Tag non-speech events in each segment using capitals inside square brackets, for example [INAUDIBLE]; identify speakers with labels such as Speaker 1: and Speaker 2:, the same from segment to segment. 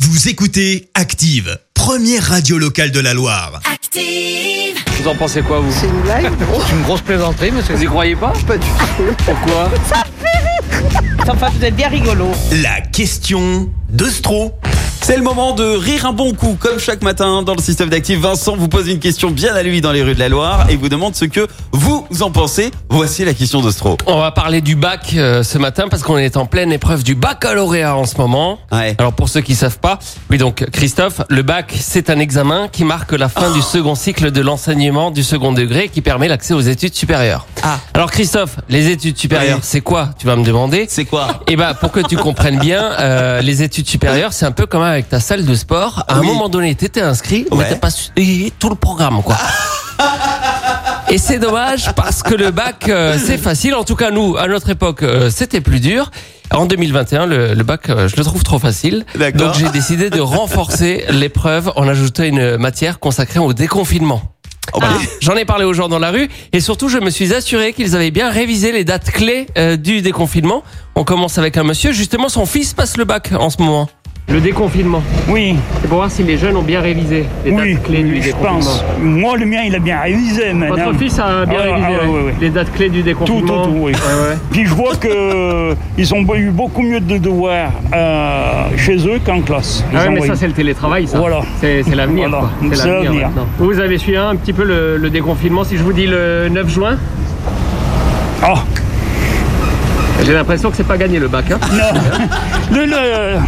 Speaker 1: Vous écoutez Active, première radio locale de la Loire.
Speaker 2: Active!
Speaker 3: Vous en pensez quoi, vous
Speaker 4: C'est une blague
Speaker 3: C'est une grosse plaisanterie, monsieur. Vous y croyez pas
Speaker 4: Pas du tout.
Speaker 3: Pourquoi
Speaker 4: Enfin, vous êtes bien rigolo.
Speaker 1: La question de Stro.
Speaker 5: C'est le moment de rire un bon coup, comme chaque matin dans le système d'actifs. Vincent vous pose une question bien à lui dans les rues de la Loire et vous demande ce que vous en pensez. Voici la question d'Ostro.
Speaker 3: On va parler du bac euh, ce matin parce qu'on est en pleine épreuve du baccalauréat en ce moment.
Speaker 5: Ouais.
Speaker 3: Alors pour ceux qui savent pas, oui donc Christophe, le bac c'est un examen qui marque la fin du second cycle de l'enseignement du second degré et qui permet l'accès aux études supérieures.
Speaker 5: Ah.
Speaker 3: Alors Christophe, les études supérieures
Speaker 5: Oui.
Speaker 3: c'est quoi Tu vas me demander.
Speaker 5: C'est quoi
Speaker 3: Eh ben, pour que tu comprennes bien, euh, les études supérieures, c'est un peu comme avec ta salle de sport. À un
Speaker 5: Oui.
Speaker 3: moment donné, t'étais inscrit, mais
Speaker 5: Ouais.
Speaker 3: t'as pas suivi tout le
Speaker 5: [LAUGHS]
Speaker 3: programme, quoi. Et c'est dommage parce que le bac, euh, c'est facile. En tout cas, nous, à notre époque, euh, c'était plus dur. En 2021, le, le bac, euh, je le trouve trop facile.
Speaker 5: D'accord.
Speaker 3: Donc, j'ai décidé de renforcer l'épreuve en ajoutant une matière consacrée au déconfinement.
Speaker 5: Oh, bah,
Speaker 1: Ah.
Speaker 3: J'en ai parlé aux gens dans la rue et surtout je me suis assuré qu'ils avaient bien révisé les dates clés euh, du déconfinement. On commence avec un monsieur, justement son fils passe le bac en ce moment.
Speaker 6: Le déconfinement.
Speaker 7: Oui,
Speaker 6: C'est pour voir si les jeunes ont bien révisé les dates
Speaker 7: oui,
Speaker 6: clés du
Speaker 7: je
Speaker 6: déconfinement.
Speaker 7: pense. Moi, le mien, il a bien révisé maintenant.
Speaker 6: Votre fils a bien
Speaker 7: Ah,
Speaker 6: révisé
Speaker 7: ah, ouais,
Speaker 6: ouais,
Speaker 7: ouais, ouais.
Speaker 6: les dates clés du
Speaker 7: Tout, tout,
Speaker 6: déconfinement.
Speaker 7: tout,
Speaker 6: Ouais,
Speaker 7: oui.
Speaker 6: ouais.
Speaker 7: Puis je
Speaker 6: [LAUGHS]
Speaker 7: vois que ils ont eu beaucoup mieux de devoirs euh, chez eux qu'en classe. Ils
Speaker 6: Ah ouais,
Speaker 7: ont
Speaker 6: mais
Speaker 7: eu.
Speaker 6: ça c'est le télétravail, ça.
Speaker 7: Voilà.
Speaker 6: C'est c'est l'avenir.
Speaker 7: Voilà.
Speaker 6: quoi.
Speaker 7: C'est l'avenir.
Speaker 6: maintenant. Vous avez suivi un petit peu le, le déconfinement. Si je vous dis le 9 juin,
Speaker 7: Ah,
Speaker 6: j'ai l'impression que c'est pas gagné le bac. hein.
Speaker 7: non. le,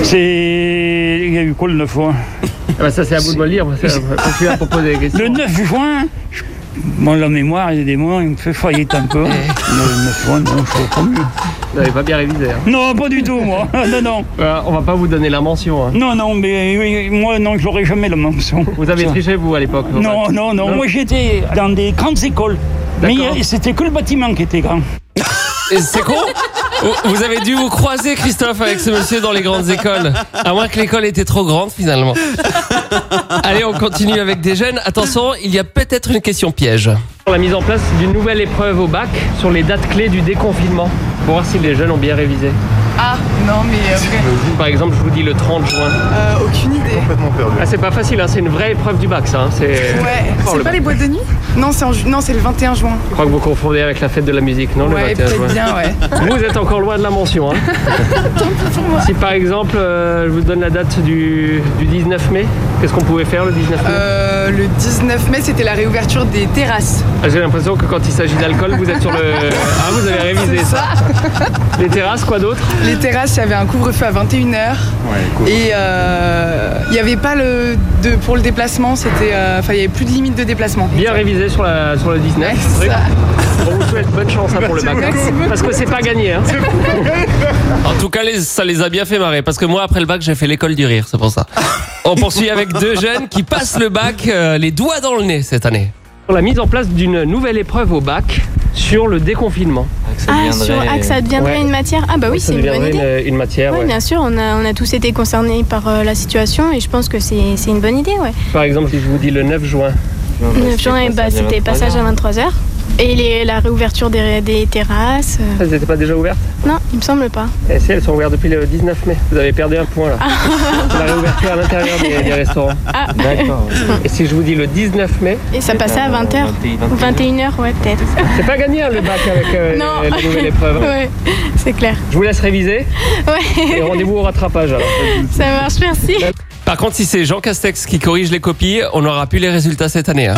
Speaker 7: le- C'est... Il y a eu quoi le 9 juin
Speaker 6: Ah bah, ça c'est à vous de me le dire. parce que, euh, Je suis là pour poser des questions.
Speaker 7: Le 9 juin je- Bon, la mémoire, il y a des moments, il me fait faillite un
Speaker 6: [LAUGHS]
Speaker 7: peu. le 9 juin, non, je comprends mieux.
Speaker 6: Vous n'avez pas bien révisé. hein.
Speaker 7: Non, pas du tout, moi. Non, non.
Speaker 6: Euh, on va pas vous donner la mention. hein.
Speaker 7: Non, non, mais oui, moi, non, je n'aurai jamais la mention.
Speaker 6: Vous avez
Speaker 7: Ça.
Speaker 6: triché vous à l'époque. au
Speaker 7: Non,
Speaker 6: bac.
Speaker 7: non, non, Moi, j'étais dans des grandes écoles. Mais
Speaker 6: D'accord.
Speaker 7: euh, c'était que le bâtiment qui était grand.
Speaker 3: Ah, Et C'est con Vous- Vous avez dû vous croiser Christophe avec ce monsieur dans les grandes écoles. À moins que l'école était trop grande finalement. Allez on continue avec des jeunes. Attention, il y a peut-être une question piège.
Speaker 6: Pour la mise en place d'une nouvelle épreuve au bac sur les dates clés du déconfinement pour voir si les jeunes ont bien révisé.
Speaker 8: Ah, non, mais euh, vrai,
Speaker 6: Vous, Par exemple, je vous dis le 30 juin.
Speaker 8: euh, aucune idée.
Speaker 6: Ah, c'est pas facile, hein, c'est une vraie épreuve du bac, ça. hein, c'est-
Speaker 8: Ouais,
Speaker 6: Oh, le
Speaker 8: c'est pas
Speaker 6: bac.
Speaker 8: les boîtes de nuit Non, c'est en ju- non, c'est le 21 juin.
Speaker 6: Je crois que vous confondez avec la fête de la musique, non
Speaker 8: ouais,
Speaker 6: Le 21
Speaker 8: peut-être
Speaker 6: juin.
Speaker 8: bien, ouais.
Speaker 6: Vous êtes encore loin de la
Speaker 8: [LAUGHS]
Speaker 6: mention. hein. Si par exemple, euh, je vous donne la date du, du 19 mai, qu'est-ce qu'on pouvait faire le 19 mai
Speaker 8: Euh, le 19 mai, c'était la réouverture des terrasses.
Speaker 6: Ah, J'ai l'impression que quand il s'agit d'alcool, vous êtes sur le. Ah, vous avez révisé ça. Les terrasses, quoi d'autre
Speaker 8: Les terrasses, il y avait un couvre-feu à 21h. Et euh, il n'y avait pas le de, pour le déplacement, c'était, euh, enfin, il n'y avait plus de limite de déplacement.
Speaker 6: Bien révisé sur, la, sur le 19.
Speaker 8: Ouais, c'est ça.
Speaker 6: On vous souhaite bonne chance hein, pour le bac.
Speaker 8: beaucoup. Merci beaucoup.
Speaker 6: Parce que c'est pas gagné. hein.
Speaker 3: En tout cas, les- ça les a bien fait marrer. Parce que moi, après le bac, j'ai fait l'école du rire, c'est pour
Speaker 6: [LAUGHS]
Speaker 3: ça. On poursuit avec deux jeunes qui passent le bac euh, les doigts dans le nez cette année.
Speaker 6: Sur la mise en place d'une nouvelle épreuve au bac sur le déconfinement.
Speaker 9: Ah, sur ah, que ça deviendrait
Speaker 6: Ouais.
Speaker 9: une matière. Ah, bah oui,
Speaker 6: Ça
Speaker 9: c'est une bonne
Speaker 6: deviendrait
Speaker 9: idée.
Speaker 6: une, une matière.
Speaker 9: Oui,
Speaker 6: ouais.
Speaker 9: bien sûr, on a, on a tous été concernés par euh, la situation et je pense que c'est c'est une bonne idée, ouais.
Speaker 6: Par exemple, si je vous dis le 9 juin,
Speaker 9: 9 juin, eh bah, c'était passage à 23h. Et les- la réouverture des, des terrasses. euh,
Speaker 6: elles n'étaient pas déjà ouvertes
Speaker 9: Non, il me semble pas.
Speaker 6: Eh si, elles sont ouvertes depuis le 19 mai. Vous avez perdu un point là. la réouverture à l'intérieur des, des restaurants.
Speaker 9: Ah.
Speaker 6: D'accord. Et si je vous dis le 19 mai,
Speaker 9: Et ça passait à 20h. Ou 21h, ouais, peut-être.
Speaker 6: c'est pas gagné hein, le bac avec euh,
Speaker 9: Non.
Speaker 6: la nouvelle épreuve.
Speaker 9: [LAUGHS]
Speaker 6: hein.
Speaker 9: Ouais, c'est clair.
Speaker 6: Je vous laisse réviser
Speaker 9: Ouais, [LAUGHS]
Speaker 3: [LAUGHS]
Speaker 6: et rendez-vous au rattrapage alors.
Speaker 9: ça marche, merci.
Speaker 3: Par contre, si c'est Jean Castex qui corrige les copies, on n'aura plus les résultats cette année.
Speaker 6: [LAUGHS]
Speaker 3: hein.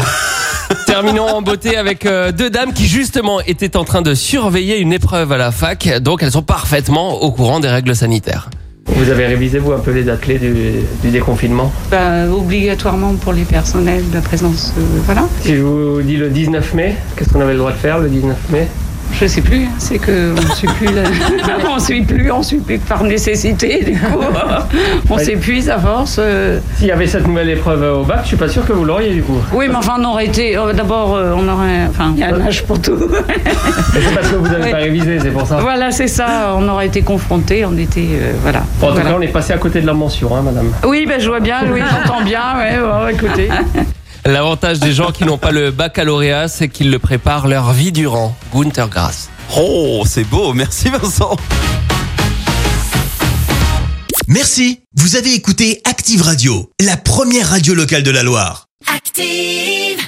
Speaker 3: Terminons en beauté avec euh, deux dames qui justement étaient en train de surveiller une épreuve à la fac, donc elles sont parfaitement au courant des règles sanitaires.
Speaker 6: Vous avez révisé vous un peu les dates clés du, du déconfinement
Speaker 10: Bah, obligatoirement pour les personnels, la présence, euh, voilà.
Speaker 6: Si je vous dis le 19 mai, qu'est-ce qu'on avait le droit de faire le 19 mai
Speaker 10: Je sais plus, hein, c'est que on suit plus, la- [LAUGHS] on suit plus, on suit plus par nécessité. Du coup, on
Speaker 6: Ouais.
Speaker 10: s'épuise à force. euh.
Speaker 6: S'il y avait cette nouvelle épreuve au bac, je suis pas sûr que vous l'auriez du coup.
Speaker 10: Oui, mais enfin, on aurait été. euh, D'abord, euh, on aurait. Enfin, il y a un âge pour tout.
Speaker 6: Mais C'est parce que vous n'avez
Speaker 10: Ouais.
Speaker 6: pas révisé, c'est pour ça.
Speaker 10: voilà, c'est ça. On aurait été confrontés. On était, euh, voilà.
Speaker 6: Bon, en tout
Speaker 10: Voilà.
Speaker 6: cas, on est passé à côté de la mention, hein, madame.
Speaker 10: Oui, ben je vois bien. Oui, j'entends bien. Ouais, ouais, écoutez.
Speaker 3: L'avantage des gens qui n'ont pas le baccalauréat, c'est qu'ils le préparent leur vie durant. Gunther Grass.
Speaker 5: Oh, c'est beau. Merci Vincent. Merci. Vous avez écouté Active Radio, la première radio locale de la Loire.
Speaker 2: Active